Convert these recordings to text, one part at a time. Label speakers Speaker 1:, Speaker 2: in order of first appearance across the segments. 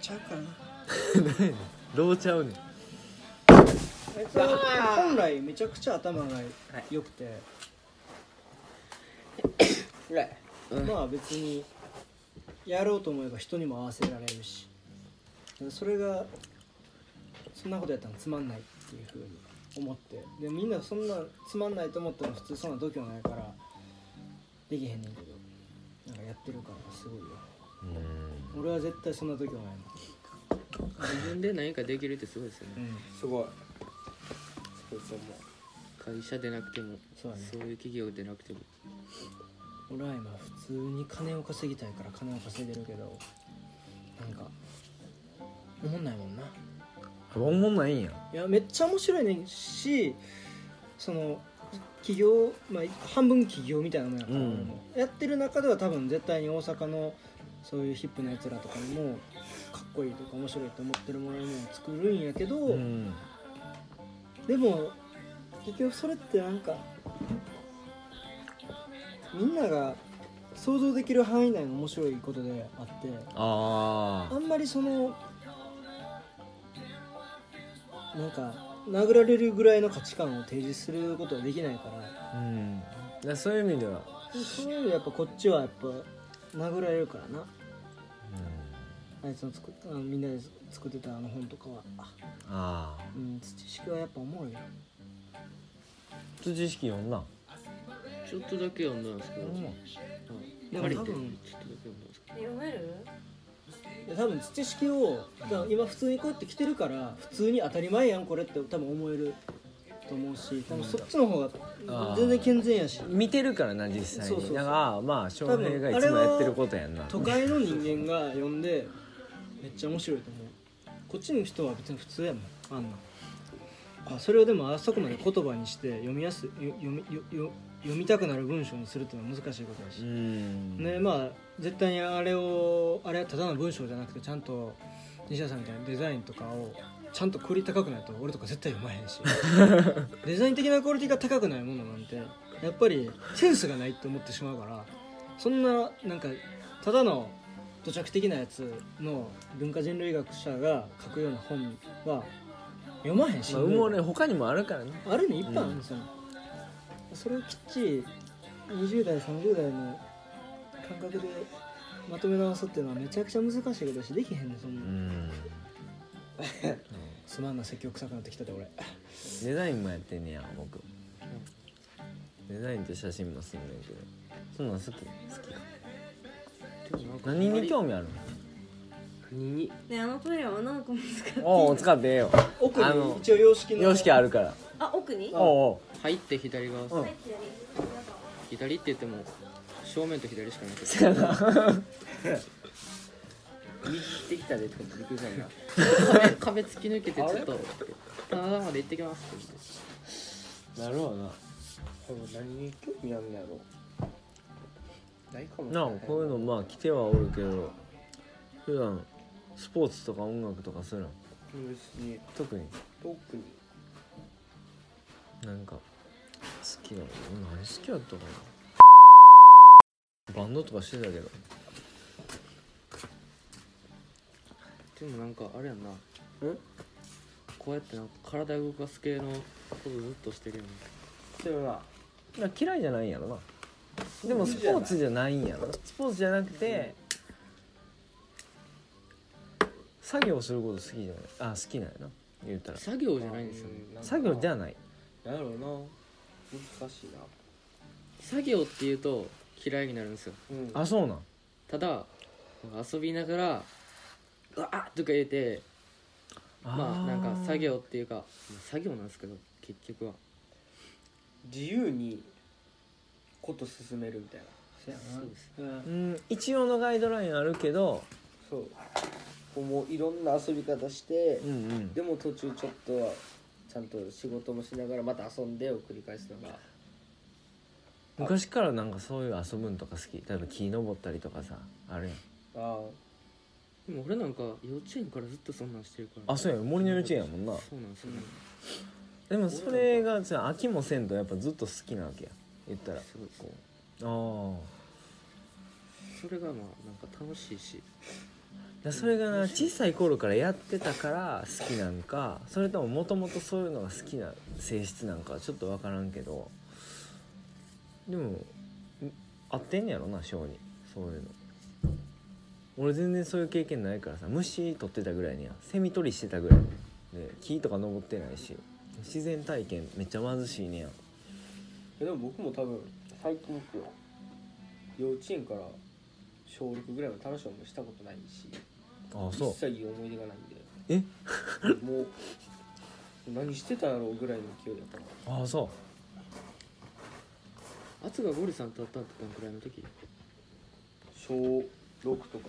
Speaker 1: ちゃうからな
Speaker 2: 何やねんどうちゃうねん
Speaker 1: あいつは本来めちゃくちゃ頭が良くて、
Speaker 3: ぐらい
Speaker 1: まあ別にやろうと思えば人にも合わせられるしそれがそんなことやったらつまんないっていうふうに思ってでみんなそんなつまんないと思ったら普通そんな度胸ないからできへんねんけどなんかやってるからすごいよ俺は絶対そんな度胸ない
Speaker 3: 自分で何かできるってすごいですよ
Speaker 1: も
Speaker 3: ね
Speaker 1: ん、うん、
Speaker 4: すごいすごいと思
Speaker 3: 会社でなくても
Speaker 1: そうだね
Speaker 3: そういう企業でなくても
Speaker 1: 俺は今普通に金を稼ぎたいから金を稼いでるけどなんか思んないもんな
Speaker 2: おもんないんや
Speaker 1: いやめっちゃ面白いねんしその起業、まあ、半分起業みたいなもんやから、
Speaker 2: うん
Speaker 1: 俺もやってる中では多分絶対に大阪のそういうヒップなやつらとかにもかっこいいとか面白いと思ってるものを作るんやけど、
Speaker 2: うん
Speaker 1: でも結局それってなんかみんなが想像できる範囲内の面白いことであって
Speaker 2: あ
Speaker 1: あんまりそのなんか殴られるぐらいの価値観を提示することはできないから
Speaker 2: あうんだそういう意味では
Speaker 1: そういうのやっぱこっちはやっぱ殴られるからなあいつの作っあのみんなで作ってたあの本とかはあ
Speaker 2: ああ
Speaker 1: うん土式はやっぱおもろいよ
Speaker 2: 知識読んだ
Speaker 3: ちょっとだけ読んだんですけど、
Speaker 1: でも
Speaker 3: 借り
Speaker 1: 多
Speaker 3: てちょっとだけ読
Speaker 1: 分
Speaker 3: んだんですけ
Speaker 5: 読める
Speaker 1: いや多分土式をだから今普通にこうやって来てるから普通に当たり前やんこれって多分思えると思うし多分そっちの方
Speaker 2: あ
Speaker 1: が
Speaker 2: ー
Speaker 1: 全然健全やし
Speaker 2: 見てるからな実際
Speaker 1: そうそうそ
Speaker 2: に
Speaker 1: う
Speaker 2: だからああまあ翔平がいつもやってることやんな
Speaker 1: 都会の人間が呼んでめっちゃ面白いと思うこっちの人は別に普通やもんあんなんあそれをでもあそこまで言葉にして読みやすよ読みよよ読みたくなる文章にするっていうのは難しいことだし、
Speaker 2: うん
Speaker 1: ねまあ絶対にあれをあれはただの文章じゃなくてちゃんと西田さんみたいなデザインとかをちゃんとクオリティ高くないと俺とか絶対読まへ んしデザイン的なクオリティが高くないものなんてやっぱりセンスがないって思ってしまうからそんななんかただの土着的なやつの文化人類学者が書くような本は読まへんし、
Speaker 2: まあ、もね他にもあるからね
Speaker 1: ある意味一般なんですよ、それをきっちり20代30代の感覚でまとめ直すっていうのはめちゃくちゃ難しいことだしできへんねんそん
Speaker 2: う
Speaker 1: な、
Speaker 2: ん
Speaker 1: すまんな積極臭くなってきたで俺
Speaker 2: デザインもやってんねや僕デザインと写真もすんねんけどそんなん好き好きか
Speaker 3: ど、でもなんか
Speaker 2: 何に興味ある
Speaker 3: 何に
Speaker 5: ねあのトイレは女の子も使
Speaker 2: のおお使ってええよ
Speaker 1: 奥
Speaker 2: あの
Speaker 1: に一応様式の
Speaker 2: 様式あるから
Speaker 5: あ奥に
Speaker 2: おお
Speaker 3: 入って左側、
Speaker 2: うん
Speaker 3: 左って言っても正面と左しかないけ
Speaker 2: う
Speaker 3: ど
Speaker 2: やな
Speaker 3: 右行ってきたでとか言ってびっくりしたな壁 壁突き抜けてちょっと棚まで行ってきますって言っ
Speaker 2: な
Speaker 3: て
Speaker 2: るわな
Speaker 4: う何に興味あんのやろないかもしれ
Speaker 2: なあこういうのまあ来てはおるけど普段スポーツとか音楽とかそういうの
Speaker 4: 別に
Speaker 2: 特に
Speaker 4: 特に
Speaker 2: なんか好きなの何好きやったかなバンドとかしてたけど
Speaker 3: でもなんかあれやんなこうやってなんか体動かす系のことずっとしてるよね
Speaker 4: そういうのは
Speaker 2: まあ嫌いじゃないんやろなでもスポーツじゃないんやろスポーツじゃなくて作業すること好きじゃないあ好きなんやな言うたら
Speaker 3: 作業じゃないんですよね
Speaker 4: うんなんか
Speaker 2: 作業じゃない
Speaker 4: なんやろうな難しいな
Speaker 3: 作業っていうと嫌いになるんですよ
Speaker 4: うん
Speaker 2: あそうなん
Speaker 3: ただなんか遊びながら「うわっ!」とか言うてまあなんか作業っていうか作業なんですけど結局は
Speaker 4: 自由にこと進めるみたいな
Speaker 1: そうや
Speaker 3: そうです
Speaker 1: なうん
Speaker 2: うん一応のガイドラインあるけど
Speaker 4: そうこうもういろんな遊び方して
Speaker 2: うんうん
Speaker 4: でも途中ちょっとちゃんと仕事もしながらまた遊んでを繰り返すのが
Speaker 2: 昔からなんかそういう遊ぶんとか好き例えば木登ったりとかさあれやん
Speaker 4: あ
Speaker 3: でも俺なんか幼稚園からずっとそんなんしてるから
Speaker 2: あそうやん森の幼稚園やもんな
Speaker 3: そうなんですよね、
Speaker 2: でもそれがさ飽きもせんとやっぱずっと好きなわけや言ったら
Speaker 3: そうです
Speaker 2: こうああ
Speaker 3: それがまあなんか楽しいし
Speaker 2: だそれがな小さい頃からやってたから好きなんかそれとももともとそういうのが好きな性質なんかはちょっと分からんけどでもん合ってんねやろな性にそういうの俺全然そういう経験ないからさ虫取ってたぐらいにはセミ取りしてたぐらいで木とか登ってないし自然体験めっちゃ貧しいねや
Speaker 1: えでも僕も多分最近ですよ幼稚園から小6ぐらいまで楽しい思いしたことないし
Speaker 2: ああ
Speaker 1: 一
Speaker 2: そう
Speaker 1: 切いい思い出がないんで
Speaker 2: え
Speaker 1: もう何してたんやろうぐらいの勢いだったな
Speaker 2: ああそう
Speaker 3: 圧がゴリさんと会ったってたんくらいの時
Speaker 1: 小6とか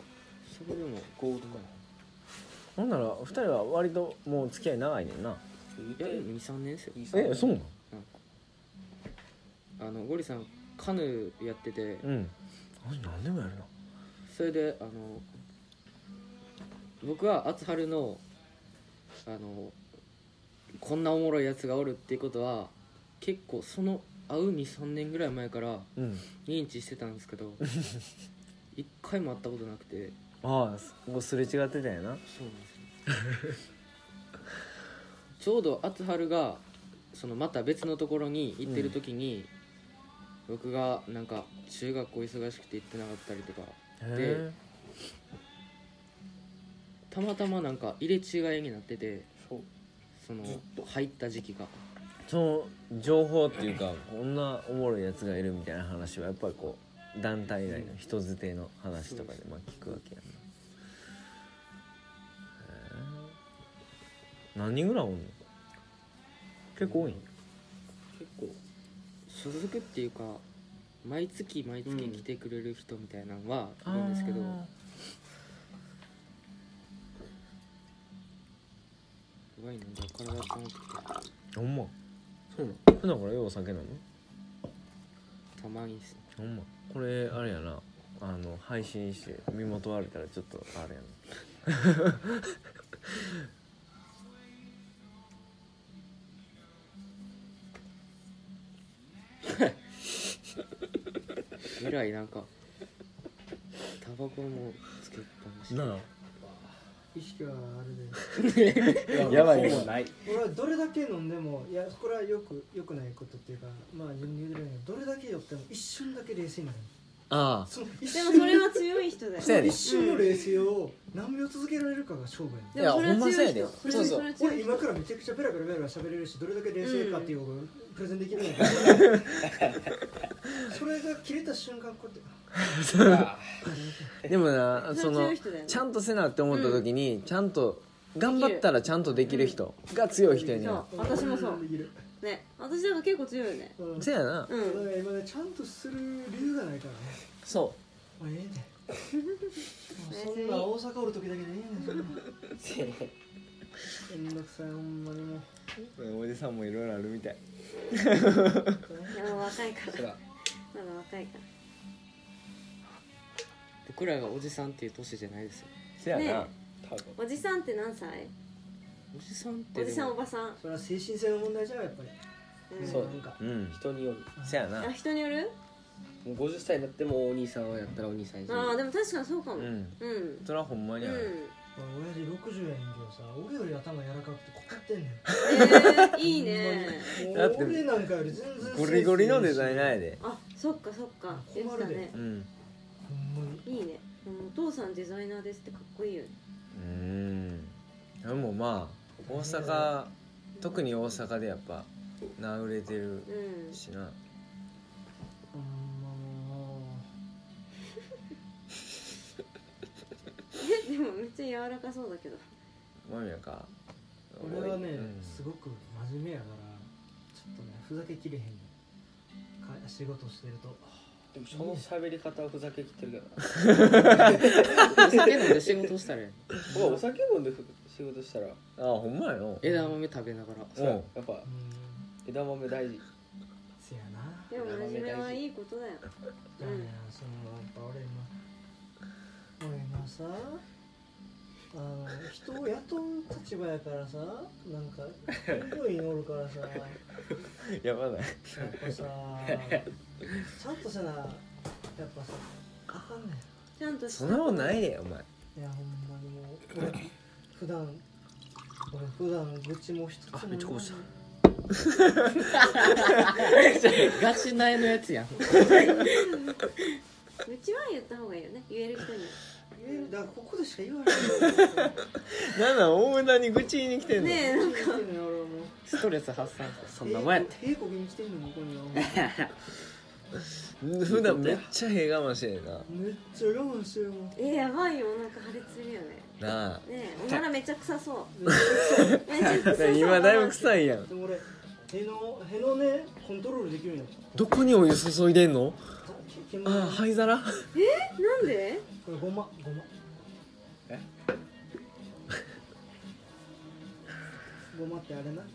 Speaker 3: そこでも
Speaker 1: 5とか
Speaker 2: ほんなら2人は割ともう付き合い長いねんな
Speaker 1: 言っ
Speaker 3: い
Speaker 1: た
Speaker 3: や
Speaker 1: らいい
Speaker 3: 23年ですよ
Speaker 2: えそうなん
Speaker 3: あのゴリさんカヌーやってて
Speaker 2: うんあ何でもやるな
Speaker 3: それであの僕は厚春のあのこんなおもろいやつがおるっていうことは結構その会う23年ぐらい前から
Speaker 2: うん
Speaker 3: 認知してたんですけ ど一回も会ったことなくて
Speaker 2: ああここすれ違ってたんやな
Speaker 3: そうなんですよちょうど厚春がそのまた別のところに行ってる時に、僕がなんか中学校忙しくて行ってなかったりとか
Speaker 2: へ
Speaker 3: たまたまなんか入れ違いになってて
Speaker 1: そう
Speaker 3: その
Speaker 1: ずっと
Speaker 3: 入った時期が
Speaker 2: えその情報っていうかこんなおもろいやつがいるみたいな話はやっぱりこう団体内の人づての話とかでまあ聞くわけやなへえ何人ぐらいおんの結構多いん
Speaker 1: 結構
Speaker 3: 所属っていうか毎月毎月来てくれる人みたいなのはいるんですけど、
Speaker 2: あ
Speaker 3: ワイン飲んだら体がこもってきた
Speaker 2: ーほんま
Speaker 1: そうなん
Speaker 2: 普段からようお酒なの
Speaker 3: たまにですね
Speaker 2: ほんまこれあれやなあの配信して身元割れたらちょっとあれや
Speaker 3: 未来なんかタバコもつけっぱなし
Speaker 2: ななあ
Speaker 6: 意識はあれで
Speaker 2: やばいね
Speaker 1: ほぼない
Speaker 6: 俺はどれだけ飲んでもいやこれはよくよくないことっていうかまあ自分で言うてるんだけどどれだけ酔っても一瞬だけ冷静になる
Speaker 2: あ
Speaker 6: その一
Speaker 5: でも
Speaker 6: 瞬
Speaker 5: それは強い人だよ
Speaker 2: そうやで
Speaker 6: 一瞬の冷静を何秒続けられるかが勝負や
Speaker 5: でもそ
Speaker 6: ね
Speaker 5: れは強い
Speaker 2: いやほん
Speaker 5: 人
Speaker 2: ま
Speaker 5: れ
Speaker 2: そうやでそうそう
Speaker 5: れは強
Speaker 6: 俺
Speaker 5: い人
Speaker 6: 今からめちゃくちゃベラベラベラベラ喋れるしどれだけ冷静かっていうのがプレゼンできる んやけどそれが切れた瞬間こうやって
Speaker 2: でもなそ
Speaker 5: それは
Speaker 2: の
Speaker 5: 強い人だよね
Speaker 2: ちゃんとせなって思った時に、ちゃんと頑張ったらちゃんとできる人が強い人やねん
Speaker 5: そう私もそう
Speaker 6: できる
Speaker 5: ね私なんか結構強いよね
Speaker 6: うん
Speaker 2: せやな
Speaker 5: う
Speaker 6: だ
Speaker 5: ん
Speaker 6: から今ねちゃんとする理由がないからね
Speaker 2: そ
Speaker 6: もうえ えでもうそんな大阪おる時だけでいいねんそんなめんどくさいほんまにもう
Speaker 2: うおじさんもいろいろあるみたい
Speaker 5: でも若いか
Speaker 1: そ
Speaker 5: ら
Speaker 1: ら
Speaker 5: まだ若いか
Speaker 3: 僕らがおじさんっていう年じゃないですよ
Speaker 2: せやな、
Speaker 5: ね
Speaker 1: 多分
Speaker 5: らおじさんって何歳
Speaker 3: おじさんって
Speaker 5: おじ
Speaker 3: で
Speaker 5: さんお
Speaker 3: も
Speaker 5: ばさん
Speaker 6: それは精神性の問題じゃんやっぱり
Speaker 5: うん
Speaker 1: そう
Speaker 6: なんか
Speaker 2: うん
Speaker 1: 人による
Speaker 2: せやな
Speaker 5: あ人による
Speaker 1: もう50歳になってもお兄さんはやったらお兄さんやし
Speaker 5: ああでも確かにそうか
Speaker 2: う
Speaker 5: もうん
Speaker 2: ん
Speaker 5: うん
Speaker 2: それはほんまにある、
Speaker 6: 俺親父60やねんけどさ俺より頭柔らかくて凝ってんねん
Speaker 5: えーいいね
Speaker 2: だって
Speaker 6: 俺なんかより全然
Speaker 2: ゴリゴリのデザイナーや
Speaker 6: で
Speaker 2: で
Speaker 5: あそっかそっか言ってたね
Speaker 2: うん
Speaker 6: ほんまに
Speaker 5: いいねでもお父さんデザイナーですってかっこいいよね
Speaker 2: うんでもまあ大阪特に大阪でやっぱな売れてる
Speaker 5: うん
Speaker 2: しな
Speaker 6: ほんまも
Speaker 5: え でもめっちゃ柔らかそうだ けど
Speaker 2: マミヤか
Speaker 6: う俺はね、
Speaker 2: うん
Speaker 6: すごく真面目やからちょっとねふざけきれへんねんか仕事してると
Speaker 1: でもその喋り方はふざけきってるけどな
Speaker 3: お酒飲んで仕事したらえ
Speaker 1: 僕はお酒飲んで仕事したら
Speaker 2: あほんまやの
Speaker 3: えん枝豆食べながら
Speaker 1: そら
Speaker 2: う
Speaker 1: や
Speaker 2: ん
Speaker 1: っぱ
Speaker 6: うん
Speaker 1: 枝豆大事
Speaker 6: せやな
Speaker 5: でも真面目はいいことだよ
Speaker 6: じゃあねそのやっぱ俺今俺今さあの人を雇う立場やからさなんかすいおるからさ
Speaker 2: やばない
Speaker 6: やっぱさちゃんとせなやっぱさあかんねん
Speaker 5: ちゃんとし
Speaker 2: そんなもんないでお前
Speaker 6: いやほんまにもう俺普段俺普段愚痴も一つも
Speaker 2: あめっちゃこぼした
Speaker 3: ガチ苗のやつやん
Speaker 5: うちは言った方がいいよね言える人に
Speaker 6: 言えるだからここでしか言 わない
Speaker 2: なんなん大村に愚痴言いに来てんの、
Speaker 5: ねえなんか
Speaker 6: 生きてんのよ俺はもう
Speaker 3: ストレス発散そんなもんやって
Speaker 6: ええこびに来てんのここにはもう
Speaker 2: 普段めっちゃへ我慢してんな
Speaker 6: めっちゃ我慢してるもん
Speaker 5: えー、やばいよなんか破裂するよね
Speaker 2: なあ
Speaker 5: ねえおならめっちゃ臭そう
Speaker 6: めっちゃ臭
Speaker 5: め
Speaker 6: い
Speaker 5: っちゃ臭そう
Speaker 2: 今だいぶ臭いやん
Speaker 6: でも俺へのへのねコントロールできるんや
Speaker 2: どこにお湯注いでんの
Speaker 6: 煙
Speaker 2: ああ灰皿
Speaker 5: なんで
Speaker 6: これごまごま
Speaker 4: え
Speaker 6: ごまってあれなあ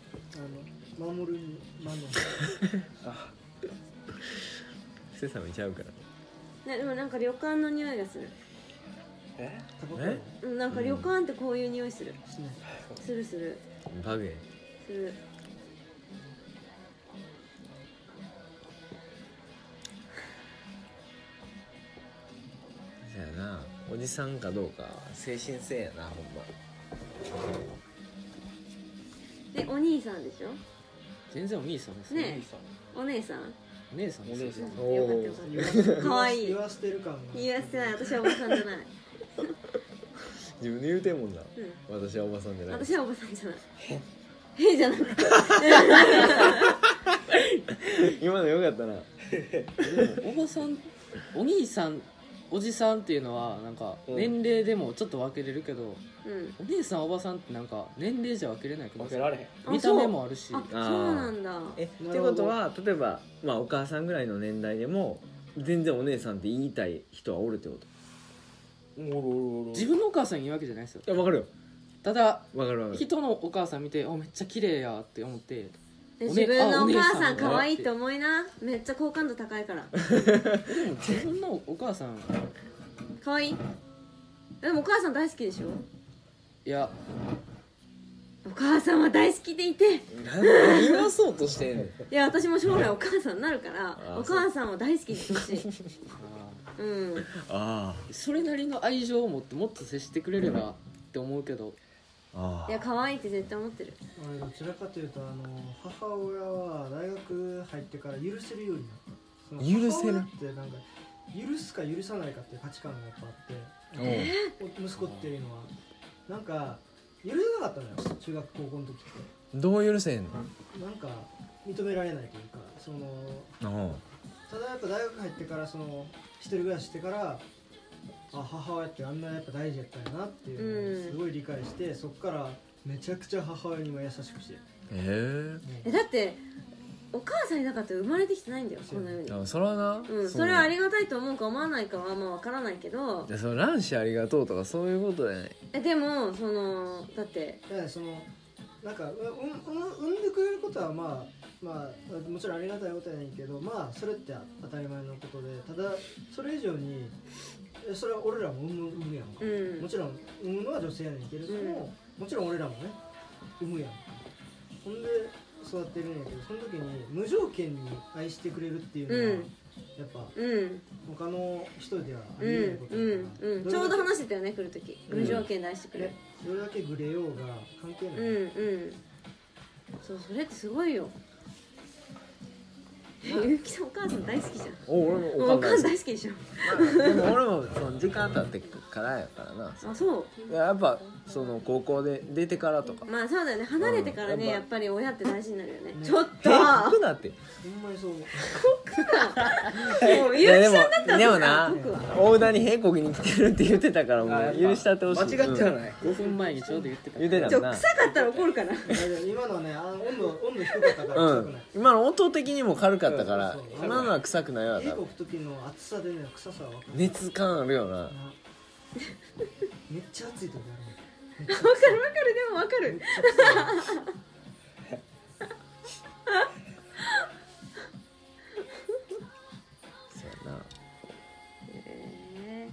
Speaker 6: の守る魔の
Speaker 2: セサミちゃうから
Speaker 5: ねでもなんか旅館の匂いがする
Speaker 4: え
Speaker 6: タバコ
Speaker 2: え
Speaker 5: うんなんか旅館ってこういう匂いする
Speaker 6: しない
Speaker 5: するする
Speaker 2: バグや
Speaker 5: する
Speaker 2: じゃあなおじさんかどうか精神性やなほんま
Speaker 5: でお兄さんでしょ
Speaker 3: 全然お兄さんです
Speaker 5: ね
Speaker 4: いいさ
Speaker 5: お姉さんよ
Speaker 3: お姉さん
Speaker 4: お
Speaker 3: です
Speaker 4: 姉
Speaker 3: よ
Speaker 4: さ
Speaker 5: か
Speaker 4: ん
Speaker 5: ったよか
Speaker 6: 言わ
Speaker 5: ったかわいい
Speaker 6: 言わせてる感が
Speaker 5: 言わせてない私はおばさんじゃない、
Speaker 2: 自分で言うてんもんな
Speaker 5: う
Speaker 2: 私はおばさんじゃ
Speaker 5: ん、
Speaker 2: ない
Speaker 5: 私はおばさんじゃないへえじゃなくて
Speaker 2: 今のよか ったな
Speaker 3: おばさんお兄さんおじさんっていうのはなんか
Speaker 4: うん
Speaker 3: 年齢でもちょっと分けれるけど、
Speaker 5: うん
Speaker 3: お姉さんおばさんってなんか年齢じゃ分けれないけど
Speaker 4: 分けられへん
Speaker 5: あ
Speaker 3: 見た目もあるし
Speaker 5: あそうなんだ
Speaker 2: えってことは例えば、まあ、お母さんぐらいの年代でも全然お姉さんって言いたい人はおるってこと
Speaker 4: おるおるおる
Speaker 3: 自分のお母さんに言うわけじゃないですよ
Speaker 2: いやわかるよ
Speaker 3: ただ
Speaker 2: わかるわかる
Speaker 3: 人のお母さん見て「あめっちゃ綺麗や」って思ってお
Speaker 5: で自
Speaker 3: ね
Speaker 5: 分の
Speaker 3: あ
Speaker 5: お母さ
Speaker 3: お姉さん
Speaker 5: ん可愛いって思いなめっちゃ好感度高いから
Speaker 3: でも自分のお母さん
Speaker 5: 可愛いでもお母さん大好きでしょ
Speaker 3: いや
Speaker 5: お母さんは大好きでいて
Speaker 2: 何言わそうとしてんの
Speaker 5: いや私も将来お母さんになるから
Speaker 2: ー
Speaker 5: お母さんを大好きにしてほしいうん
Speaker 2: あ
Speaker 3: それなりの愛情を持ってもっと接してくれればって思うけど
Speaker 2: ああ
Speaker 5: いや可愛いって絶対思ってる
Speaker 6: 俺どちらかというとあの母親は大学入ってから許せるようになったその
Speaker 2: 許せる
Speaker 6: 母親ってなんか許すか許さないかっていう価値観がやっぱあってお息子っていうのはなんか許せなかったのよ中学高校の時っ
Speaker 2: どう許せんの
Speaker 6: てなんか認められないというかその
Speaker 2: あ
Speaker 6: ただやっぱ大学入ってからその一人暮らししてからあ母親ってあんなやっぱ大事やったんやなっていうのをすごい理解して、そこからめちゃくちゃ母親にも優しくして
Speaker 2: え
Speaker 5: えだってお母さんいなかったら生まれてきてないんだよこんな世
Speaker 2: え
Speaker 5: に
Speaker 2: だからそれはな、
Speaker 5: うんそれはありがたいと思うか思わないかはまあ分からないけど
Speaker 2: がその卵子ありがとうとかそういうことだよね
Speaker 5: えでもそのだって
Speaker 6: だからそのなんかううんうん産んでくれることはまあまあもちろんありがたいことやねんけどまあそれって当たり前のことでただそれ以上にえそれは俺らも産む産むやんか、
Speaker 5: うん
Speaker 6: もちろん産むのは女性やねんけれども、もちろん俺らもね産むやんかほんで育ってるんやけどその時に無条件に愛してくれるっていうのは、
Speaker 5: うん
Speaker 6: やっぱ
Speaker 5: うん
Speaker 6: 他の人ではあ
Speaker 5: う
Speaker 6: りえない
Speaker 5: ん
Speaker 6: こと
Speaker 5: う
Speaker 6: や
Speaker 5: ん
Speaker 6: から
Speaker 5: うんちょうど話してたよね来る時
Speaker 6: うん
Speaker 5: 無条件で愛してくれる
Speaker 6: ねどれだけグレようが関係ない、
Speaker 5: うんうんそうそれってすごいよゆうきさんお母さん大好きじゃん
Speaker 2: お俺も
Speaker 5: お
Speaker 2: おかんな
Speaker 5: 母
Speaker 2: い
Speaker 5: さん大好きでし
Speaker 2: でも俺もその時間経ってからやからな
Speaker 5: ょあそう
Speaker 2: やっぱその高校で出てからとか
Speaker 5: まあそうだよね離れてからね、
Speaker 2: うん
Speaker 5: やっぱり親って大事になるよねちょっと
Speaker 2: え服だって
Speaker 6: ほんまにそう 思う
Speaker 5: もう
Speaker 2: い
Speaker 5: ゆ
Speaker 2: や
Speaker 5: う
Speaker 2: で
Speaker 5: き
Speaker 2: も
Speaker 5: さんだったら
Speaker 2: でもな
Speaker 5: 僕は
Speaker 2: 大田にへこぎに来てるって言ってたからも
Speaker 4: あやっ
Speaker 2: う
Speaker 4: ぱ
Speaker 2: 許したってほしい
Speaker 4: 間違っては
Speaker 2: うん
Speaker 4: ない
Speaker 3: 5分前にちょうど言ってた
Speaker 2: 言ってた
Speaker 5: ちょ
Speaker 2: もん
Speaker 5: 臭
Speaker 2: な
Speaker 5: かったら怒るかな
Speaker 6: いやでも今のはねあの温度温度低かったから
Speaker 2: う
Speaker 6: 臭く
Speaker 2: ん
Speaker 6: ない、
Speaker 2: 今の音的にも軽かったから
Speaker 6: そうそうそう
Speaker 2: 今のは臭くないわ
Speaker 6: 英
Speaker 2: 多
Speaker 6: 国
Speaker 2: 分
Speaker 6: 時の暑さでね臭さは分かる
Speaker 2: 熱感あるよな
Speaker 6: なめっちゃ暑い時ある
Speaker 5: わか るわかるでもわか
Speaker 6: めっ
Speaker 5: る
Speaker 6: ちゃ暑い
Speaker 2: そうやな
Speaker 5: え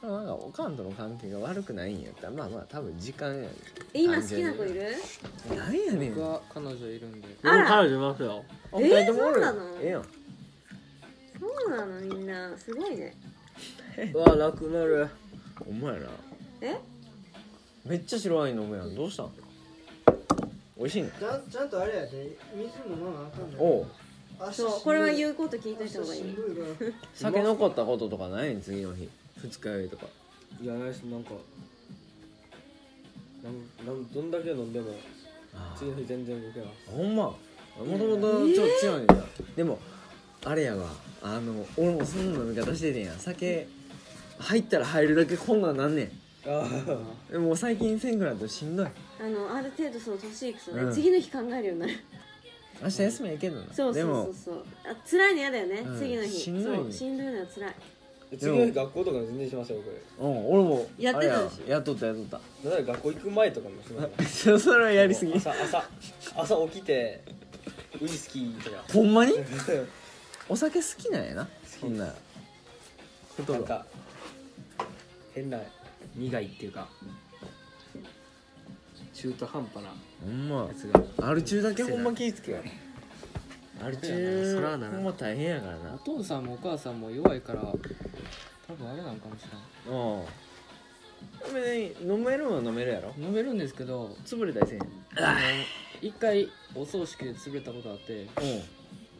Speaker 2: でもなんかおかんとの関係が悪くないんやったらまあまあ多分時間やね
Speaker 5: ー今好きな子いる
Speaker 2: なんやねん
Speaker 3: 僕は彼女いるんで
Speaker 5: あら
Speaker 2: 女いますよ
Speaker 5: えー
Speaker 2: 二人ともおる
Speaker 5: そうなの
Speaker 2: ええやん
Speaker 5: そうなのみんなすごいね
Speaker 4: うわなくなる
Speaker 2: お前な
Speaker 5: え
Speaker 2: めっちゃ白ワイン飲むやんどうしたん美味しいの
Speaker 6: ちゃんちゃんとあれやで水飲まなあかんねん
Speaker 2: おう
Speaker 6: 明日
Speaker 5: そうこれは
Speaker 6: しんどい
Speaker 5: 言うこと聞いといた方がい
Speaker 6: 明日しん
Speaker 5: い
Speaker 6: どいから
Speaker 2: 酒残ったこととかないん次の日二日酔いとか
Speaker 4: いやないですなんかなんなんどんだけ飲んでも
Speaker 2: あ
Speaker 4: 次の日全然動けない
Speaker 2: ほんまもともとちょっと強いんだ、でもあれやわあの俺もそんな飲み方しててんや酒入ったら入るだけこんなんなんね
Speaker 4: あ
Speaker 2: んでも最近せんくなったらしんどい
Speaker 5: あのある程度その年いくとね、
Speaker 2: うん
Speaker 5: 次の日考えるようにな る
Speaker 2: 明日休みやけどな
Speaker 5: そうそ
Speaker 2: で
Speaker 5: うそ
Speaker 2: も
Speaker 5: うそうあ辛いの嫌だよね、
Speaker 2: うん
Speaker 5: 次の日
Speaker 2: しんどいね
Speaker 5: そうしんどいのは辛い
Speaker 4: あ次の日学校とかで全然しましたよこれ
Speaker 2: うん俺も
Speaker 5: や
Speaker 2: あ
Speaker 5: ってた
Speaker 2: れわ
Speaker 5: でし
Speaker 2: やっとったやっとった
Speaker 4: なんなら学校行く前とかもしまし
Speaker 2: そ
Speaker 4: た
Speaker 2: それはやりすぎ
Speaker 4: 朝朝朝起きてウイスキーとか
Speaker 2: ほんまにお酒好きなんやなそんならト
Speaker 4: なん
Speaker 2: ロ
Speaker 4: か変な
Speaker 3: 苦いっていうか中途半端な
Speaker 2: ほんま
Speaker 3: やつが
Speaker 2: アル中だけほんま気ぃつけよアル
Speaker 3: そ
Speaker 2: 中
Speaker 3: らな
Speaker 2: ほんま大変やからな
Speaker 3: お父さんもお母さんも弱いから多分あれなんかもしれ
Speaker 2: うん別に飲めるもんは飲めるやろ
Speaker 3: ない飲めるんですけど
Speaker 2: 潰れたりせん
Speaker 3: あの一回お葬式で潰れたことあって
Speaker 2: うん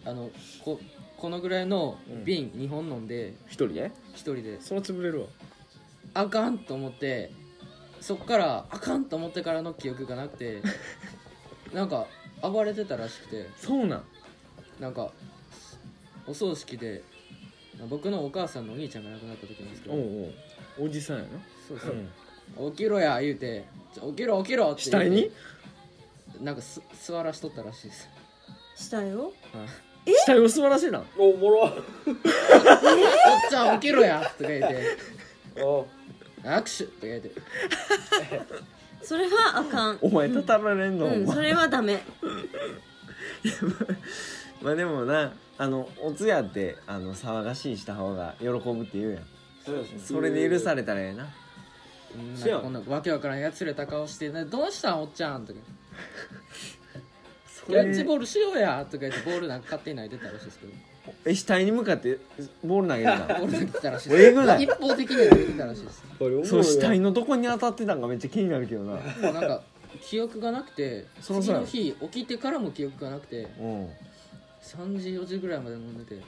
Speaker 3: あのここのぐらいの
Speaker 2: うん
Speaker 3: 瓶2本飲んで
Speaker 2: 一人で
Speaker 3: 一人で
Speaker 2: そら潰れるわ
Speaker 3: あかんと思ってそっからあかんと思ってからの記憶がな くてなんか暴れてたらしくて
Speaker 2: そうなん
Speaker 3: なんかお葬式で僕のお母さんのお兄ちゃんが亡くなった時なんですけど
Speaker 2: おうおうおじさんや
Speaker 3: そう
Speaker 2: な、うん、
Speaker 3: そう起きろや言うてちょ起きろ起きろって
Speaker 2: 死
Speaker 3: 言う
Speaker 2: 体
Speaker 3: て
Speaker 2: に
Speaker 3: なんかす座らしとったらしいです、
Speaker 5: したよ
Speaker 3: はい
Speaker 2: 死体を座らせな
Speaker 4: おおもろあ
Speaker 3: おっちゃん起きろや!」とか言って
Speaker 4: ー
Speaker 3: 「握手!」とか言って
Speaker 5: それはあかん
Speaker 2: お前たたられんの、
Speaker 5: う
Speaker 2: お
Speaker 5: んそ
Speaker 2: 前
Speaker 5: れはダメ
Speaker 2: まあでもなあのお通夜ってあの騒がしいした方が喜ぶって言うやん
Speaker 4: そうですね
Speaker 2: それで許されたらええな
Speaker 3: うん
Speaker 4: せや
Speaker 3: なんかこんなわけわからんやつれた顔して「などうしたんおっちゃん」とか「キャッチボールしようや!」とか言ってボールなんか勝手に投げてたらしいですけど
Speaker 2: え死体に向かってボール投げ た
Speaker 3: ボール投げてたらしい
Speaker 2: えぐない
Speaker 3: 一方的に投げてたらしいです
Speaker 4: これおもろい
Speaker 2: そう
Speaker 4: わ
Speaker 2: 死体のどこに当たってたんかめっちゃ気になるけどな
Speaker 3: もうなんか記憶がなくて
Speaker 2: その
Speaker 3: 次
Speaker 2: 際
Speaker 3: の日起きてからも記憶がなくて
Speaker 2: うん
Speaker 3: 3時4時ぐらいまで飲んでて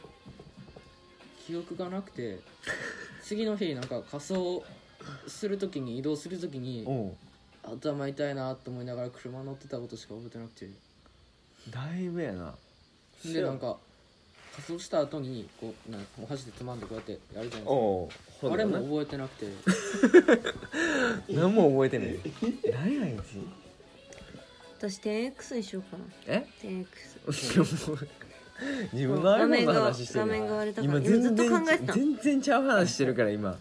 Speaker 3: 記憶がなくて次の日なんか仮装するときに移動するときに
Speaker 2: うん
Speaker 3: 頭痛いなと思いながら車乗ってたことしか覚えてなくて
Speaker 2: だいぶやな
Speaker 3: でなんか仮装した後にこうなんお箸でつまんでこうやってやるじゃないで
Speaker 2: お
Speaker 3: すかあれも覚えてなくて
Speaker 2: 何も覚えてない 何やあいつ
Speaker 5: 私 10X にしようかな
Speaker 2: え
Speaker 5: 10X
Speaker 2: 自分のあれもの話してる
Speaker 5: 画面が画面が割れたから
Speaker 2: 今全然
Speaker 5: 今ずっと考えてた
Speaker 2: 全然ちゃう話してるから今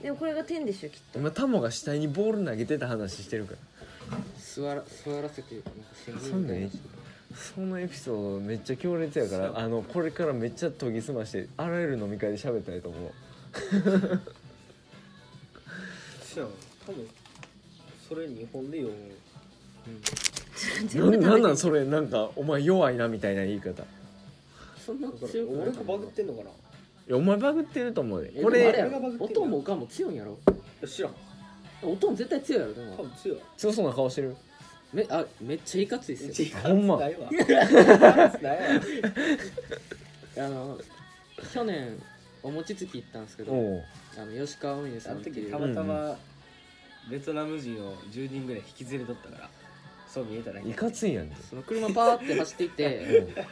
Speaker 5: でもこれが10でしょきっ
Speaker 2: 今タモが死体にボール投げてた話してるから
Speaker 3: 座ら座らせてなんか死
Speaker 2: そんなエピそのエピソードめっちゃ強烈やからあのこれからめっちゃ研ぎ澄ましてあらゆる飲み会で喋ったいと思う
Speaker 4: そう多分それ日本で読む
Speaker 5: と
Speaker 2: ななんなんそれなんかお前弱いなみたいな言い方い
Speaker 3: そんな
Speaker 4: だか
Speaker 3: 強く
Speaker 4: ら
Speaker 3: ない
Speaker 4: 俺がバグってんのかな
Speaker 2: やお前バグってると思うで
Speaker 3: え
Speaker 2: こ
Speaker 3: でもあれ
Speaker 2: れ
Speaker 3: や
Speaker 4: 俺がバグっ
Speaker 3: ろ
Speaker 4: てんの
Speaker 3: 音もおかんも強いんやろ
Speaker 4: 知らん
Speaker 3: 音も絶対強いやろで
Speaker 4: 多
Speaker 3: も
Speaker 4: 分強い
Speaker 2: 強そうな顔してる
Speaker 3: めあめっちゃいかついっすよ
Speaker 2: ほんま
Speaker 4: ないわないわ
Speaker 3: あの去年お餅つき行ったんですけ
Speaker 2: お
Speaker 3: ど
Speaker 2: う
Speaker 3: あの吉川みね
Speaker 4: あ
Speaker 3: さん
Speaker 4: の
Speaker 3: って
Speaker 4: 時
Speaker 3: いう
Speaker 4: たまたまベトナム人を10人ぐらい引き連れとったからそう見えただけ
Speaker 2: いかついやんけ
Speaker 3: その車パーって走って いって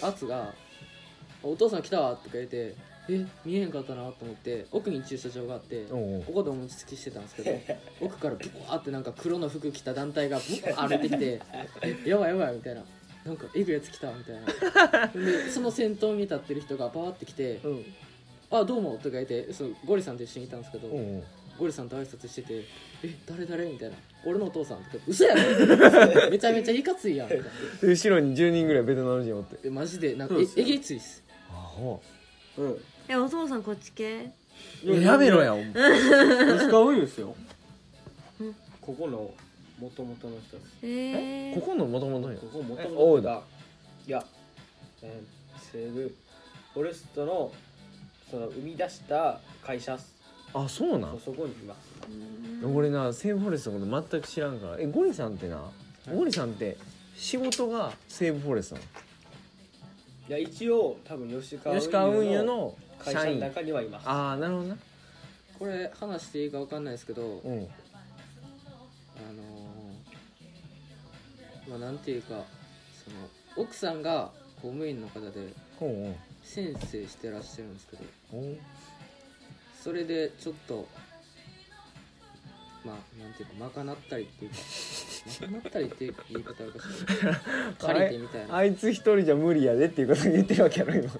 Speaker 3: 圧が「お父さん来たわ」とか言って「え見えへんかったな」と思って奥に駐車場があって
Speaker 2: おう
Speaker 3: ここでお餅つきしてたんですけど 奥からブワーってなんか黒の服着た団体がブワー歩いてき て「えやばいやばい」みたいな「なんかえぐいやつ来た」みたい なでその先頭に立ってる人がバーって来て
Speaker 2: おう
Speaker 3: 「あどうも」とか言ってそのゴリさんと一緒にいたんですけど
Speaker 2: おう
Speaker 3: ゴリさんと挨拶してて「え誰誰?」みたいな「俺のお父さん」とか「嘘やろ!」 めちゃめちゃいかついやん」みたいな
Speaker 2: で後ろに10人ぐらいベトナム人おって
Speaker 3: えマジでなんか
Speaker 4: そう
Speaker 3: え
Speaker 4: です
Speaker 3: え
Speaker 4: よ
Speaker 3: げついっす
Speaker 2: あほ
Speaker 4: うん
Speaker 5: えお父さんこっち系
Speaker 2: うやめろやお前
Speaker 4: 石川ウイルスよ
Speaker 5: うん
Speaker 4: ここの元々の人です
Speaker 5: え
Speaker 2: こ
Speaker 5: ー、
Speaker 2: このもともとや
Speaker 4: ここ元
Speaker 2: え大
Speaker 4: 々
Speaker 2: 井
Speaker 4: が
Speaker 2: だ
Speaker 4: いや、えー西部フォレストのそその生み出した会社
Speaker 2: あそうな
Speaker 4: そうんそこにいます
Speaker 2: 俺なセーブフォレストのこと全く知らんからえゴリさんってなゴリさんって仕事がセーブフォレスト
Speaker 4: いや一応多分吉
Speaker 2: な
Speaker 4: 川
Speaker 2: の吉川運輸の
Speaker 4: 会
Speaker 2: 社
Speaker 4: 社の
Speaker 2: 員
Speaker 4: 中にはいます
Speaker 2: ああなるほどな
Speaker 3: これ話していいか分かんないですけど
Speaker 2: う、ん
Speaker 3: あのーまあなんていうかその奥さんが公務員の方で
Speaker 2: ほうほう
Speaker 3: 先生してらっしゃるんですけど
Speaker 2: ほう
Speaker 3: それでちょっとまあなんていうか賄ったりっていうか賄ったりっていう言い方あるかしら借りてみたいな
Speaker 2: あいつ一人じゃ無理やでっていうこと言ってるわけやろ今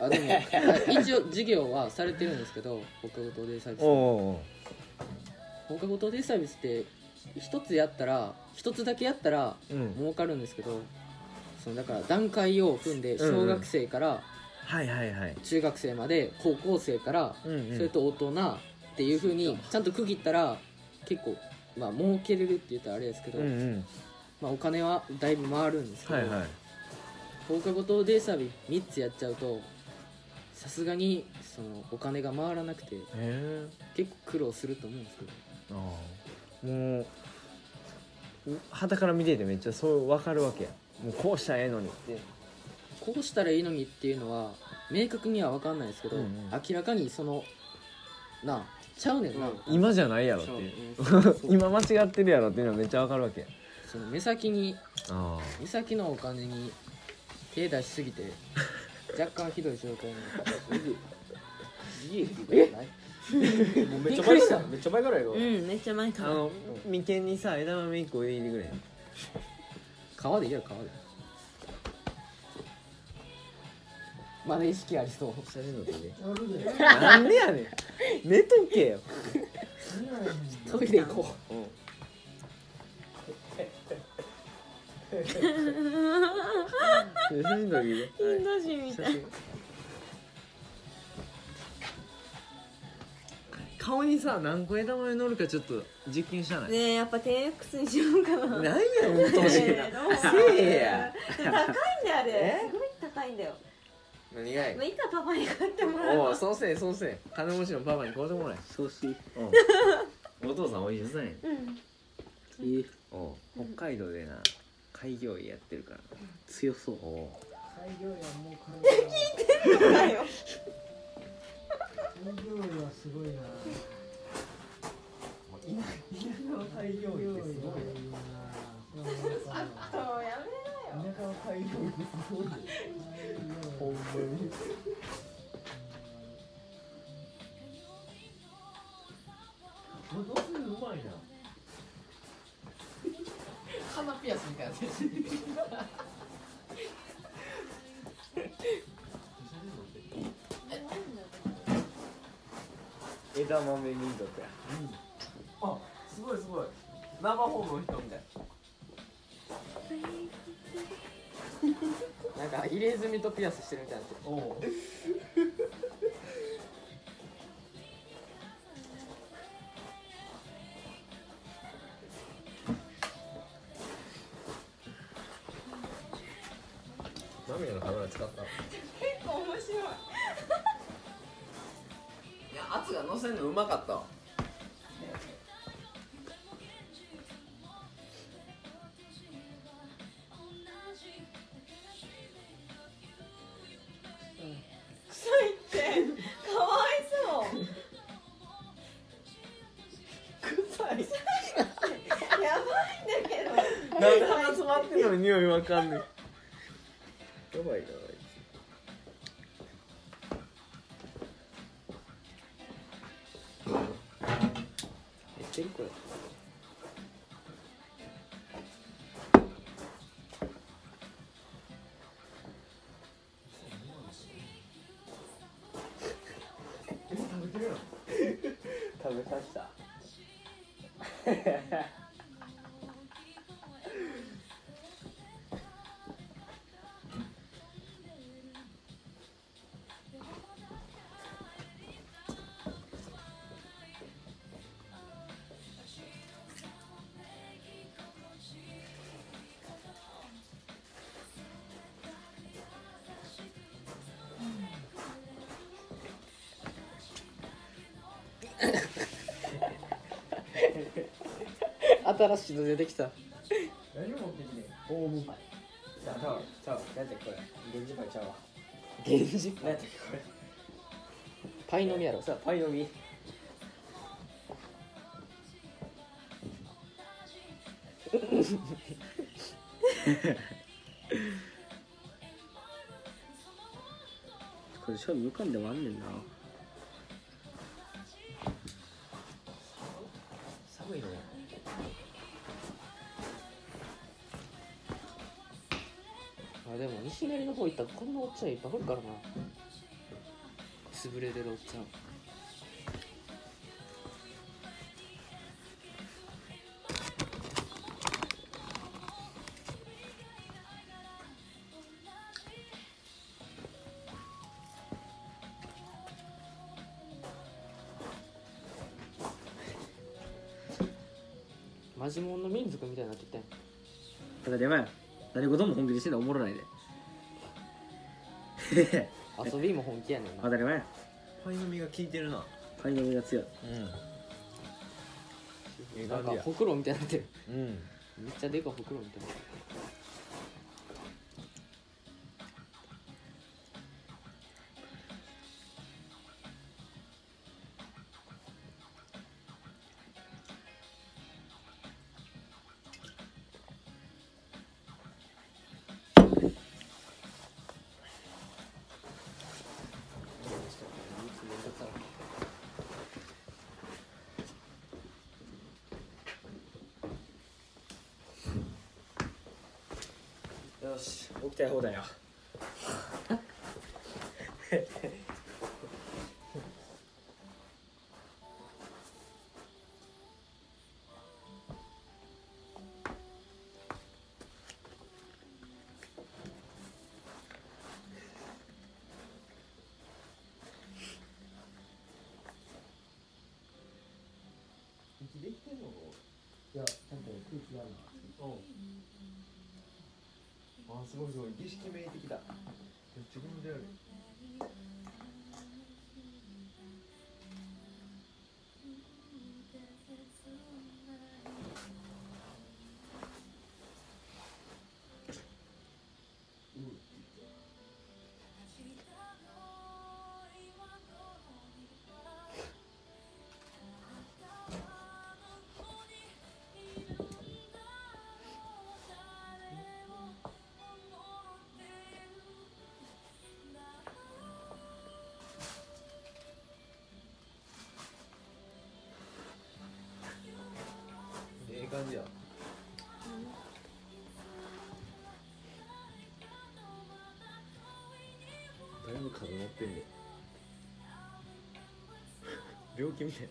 Speaker 3: あでもあ一応授業はされてるんですけど放課後等デイサービス
Speaker 2: お
Speaker 3: 放
Speaker 2: うおう
Speaker 3: 課後等デイサービスって一つやったら一つだけやったら
Speaker 2: おううん
Speaker 3: 儲かるんですけどそのだから段階を踏んで小学生から
Speaker 2: はいはいはい
Speaker 3: 中学生まで高校生から
Speaker 2: うんうん
Speaker 3: それと大人っていうふうにちゃんと区切ったら結構まあ儲けれるって言ったらあれですけど、
Speaker 2: うんうん
Speaker 3: まあ、お金はだいぶ回るんですけど、
Speaker 2: はいはい
Speaker 3: 放課後とデイサービス3つやっちゃうとさすがにそのお金が回らなくて
Speaker 2: へえ
Speaker 3: 結構苦労すると思うんですけど
Speaker 2: ああもうはたから見ててめっちゃそう分かるわけやもうこうしたらええのにって
Speaker 3: こうしたらいいのにっていうのは明確には分かんないですけど、
Speaker 2: うんうん
Speaker 3: 明らかにそのなあちゃうねんな、
Speaker 4: うん
Speaker 2: 今じゃないやろっていう今間違ってるやろっていうのはめっちゃ分かるわけや
Speaker 3: その目先に
Speaker 2: あ
Speaker 3: 目先のお金に手出しすぎて 若干ひどい状態に
Speaker 4: 利益がないもうめっちゃ前からめっちゃ前からやろ
Speaker 5: うんめっちゃ前
Speaker 2: あ
Speaker 5: か
Speaker 2: あ
Speaker 5: ら
Speaker 2: の眉間にさ枝豆一個入れてくれへん
Speaker 3: 川でいいやろ川でまだ意識ありそう
Speaker 2: 写真撮ってね
Speaker 6: なるで。
Speaker 2: なんでやねん寝とけよ
Speaker 3: トイレ行こ
Speaker 2: 写真撮り
Speaker 5: インド人みたい
Speaker 2: 顔にさ何個枝豆乗るかちょっと実験したない、
Speaker 5: ねえやっぱ 10X にしようかな
Speaker 2: なんや本 当に
Speaker 5: ねえどうも
Speaker 2: せえや
Speaker 5: 高いんだよあれすごい高いんだよ
Speaker 2: 何がい
Speaker 5: まあいいかパパに買ってもらお
Speaker 2: お
Speaker 5: う
Speaker 2: うそうせえそうせえ金持ちのパパに買うてもらえ
Speaker 4: そうし
Speaker 2: うんお父さんお医者さんやねん
Speaker 5: うん
Speaker 4: いい
Speaker 2: おう北海道でな開業医やってるから
Speaker 4: 強そう
Speaker 2: おう
Speaker 6: 開業医はもう彼は
Speaker 5: 高いよ
Speaker 6: 開業医はすごいな。開業医ってすごいな。
Speaker 5: そうや
Speaker 6: 田舎の開業医すごい。ほんまに。ものすごいうまいな。
Speaker 3: 鼻ピアスみたいな
Speaker 2: 枝豆民族や
Speaker 3: なんか入れ墨とピアスしてるみたいな
Speaker 2: マミヤのカメラ使った
Speaker 5: 結構面白い
Speaker 3: いや圧が乗せるのうまかったわ
Speaker 5: 臭いってかわいそう臭いやばいんだけど
Speaker 2: なんで鼻詰まってんのに匂いわかんねえやばいな
Speaker 3: えってるこれ
Speaker 4: 食べさせた
Speaker 5: あ
Speaker 3: 新しいの出てきた
Speaker 4: 何持ってきてホームパイちゃうちゃうちゃう何やったっけこれ源氏パイちゃうわ
Speaker 3: 源氏
Speaker 4: 何やったっけこれ
Speaker 3: パイのみやろ
Speaker 4: さあパイの実これ勝負浮かんでもあんねんな
Speaker 2: 寒いね
Speaker 3: あでも西成の方行ったらこんなおっちゃんいっぱいおるからな潰れてるおっちゃんマジモンの民族みたいになってきたやん
Speaker 4: ただ出前何事も本気でしてんのおもろ ないで
Speaker 3: 遊びも本気やねんな
Speaker 4: 当たり前や
Speaker 2: パイの実が効いてるな
Speaker 4: パイの実が強い
Speaker 2: うんええ
Speaker 3: な
Speaker 2: 感
Speaker 3: んか
Speaker 2: じや
Speaker 3: ほくろみたいになってる
Speaker 2: うん
Speaker 3: めっちゃでかいほくろみたいな
Speaker 4: よし起きたい放題や
Speaker 2: あすごいすごい儀式めいてきためっちゃ気持ち悪いええ感じやだいぶ角乗ってん ね病気みたいな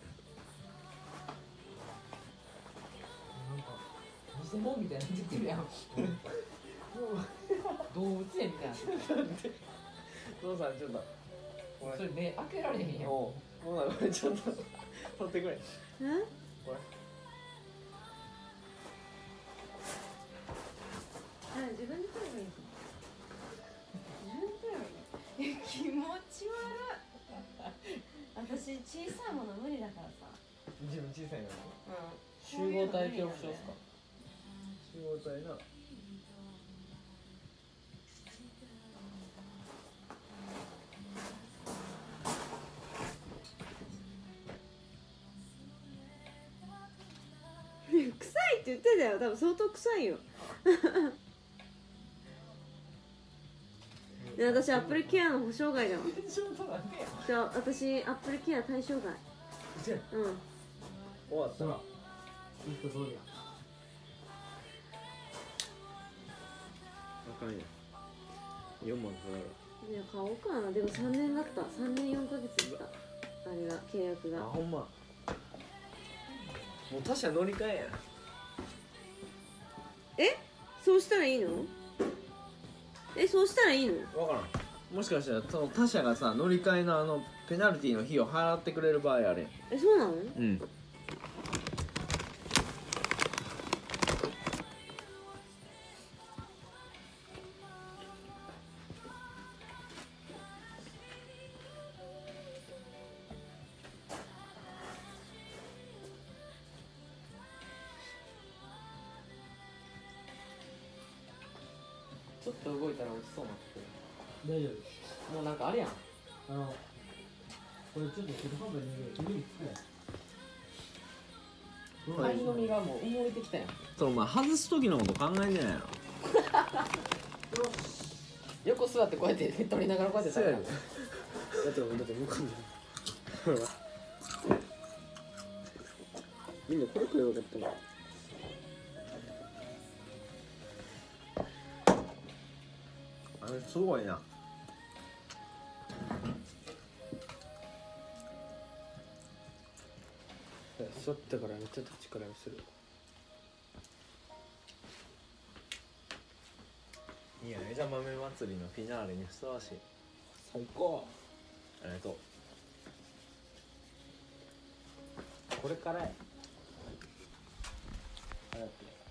Speaker 3: 偽物みたいになってるやん動物園みたいな
Speaker 4: 父さんちょっと
Speaker 3: それ目開けられへんやん
Speaker 4: おうもうなんかちょっと取ってくれ
Speaker 5: うん
Speaker 4: これ
Speaker 5: あ自分で取ればいいじゃん自分で取ればいいのえ気持ち悪い私小さいもの無理だからさ
Speaker 2: 自分小さいな
Speaker 3: 集合体恐怖症っすか
Speaker 2: 集合体な
Speaker 5: 臭いって言ってたよ多分相当臭いよね私アップルケアの保証外だ わじゃあ私アップルケア対象外うん
Speaker 2: 終わったな
Speaker 4: あかんや4万かかる
Speaker 5: いや買おうかなでも3年だった3年4ヶ月だったあれが契約
Speaker 2: あ
Speaker 5: が
Speaker 2: ほんまもう他社乗り換えや
Speaker 5: そうしたらいいのえそうしたらいいの
Speaker 2: 分からんもしかしたらその他社がさ乗り換えのあのペナルティの費用払ってくれる場合あれ
Speaker 5: えそうなの
Speaker 2: うん
Speaker 5: え
Speaker 3: ちょっと動いたら落ちそうなって
Speaker 6: 大丈
Speaker 3: もうなんかあれやん
Speaker 6: 夫あのこれちょっと中途半端に言うけど指につくやん
Speaker 3: パイの実がもう埋もれてきたやん
Speaker 2: そのお前外す時のこと考えてないやろ
Speaker 3: 横座ってこうやって取りながらこうやって食べた
Speaker 4: だってだって向こうにみんなこれ食えばよかったな
Speaker 2: あれすごいな
Speaker 4: 座ってからめっちゃ立ちからする
Speaker 2: いや枝豆祭りのフィナーレにふさわしい
Speaker 4: 最高
Speaker 2: ありがとう
Speaker 4: これからやあれだって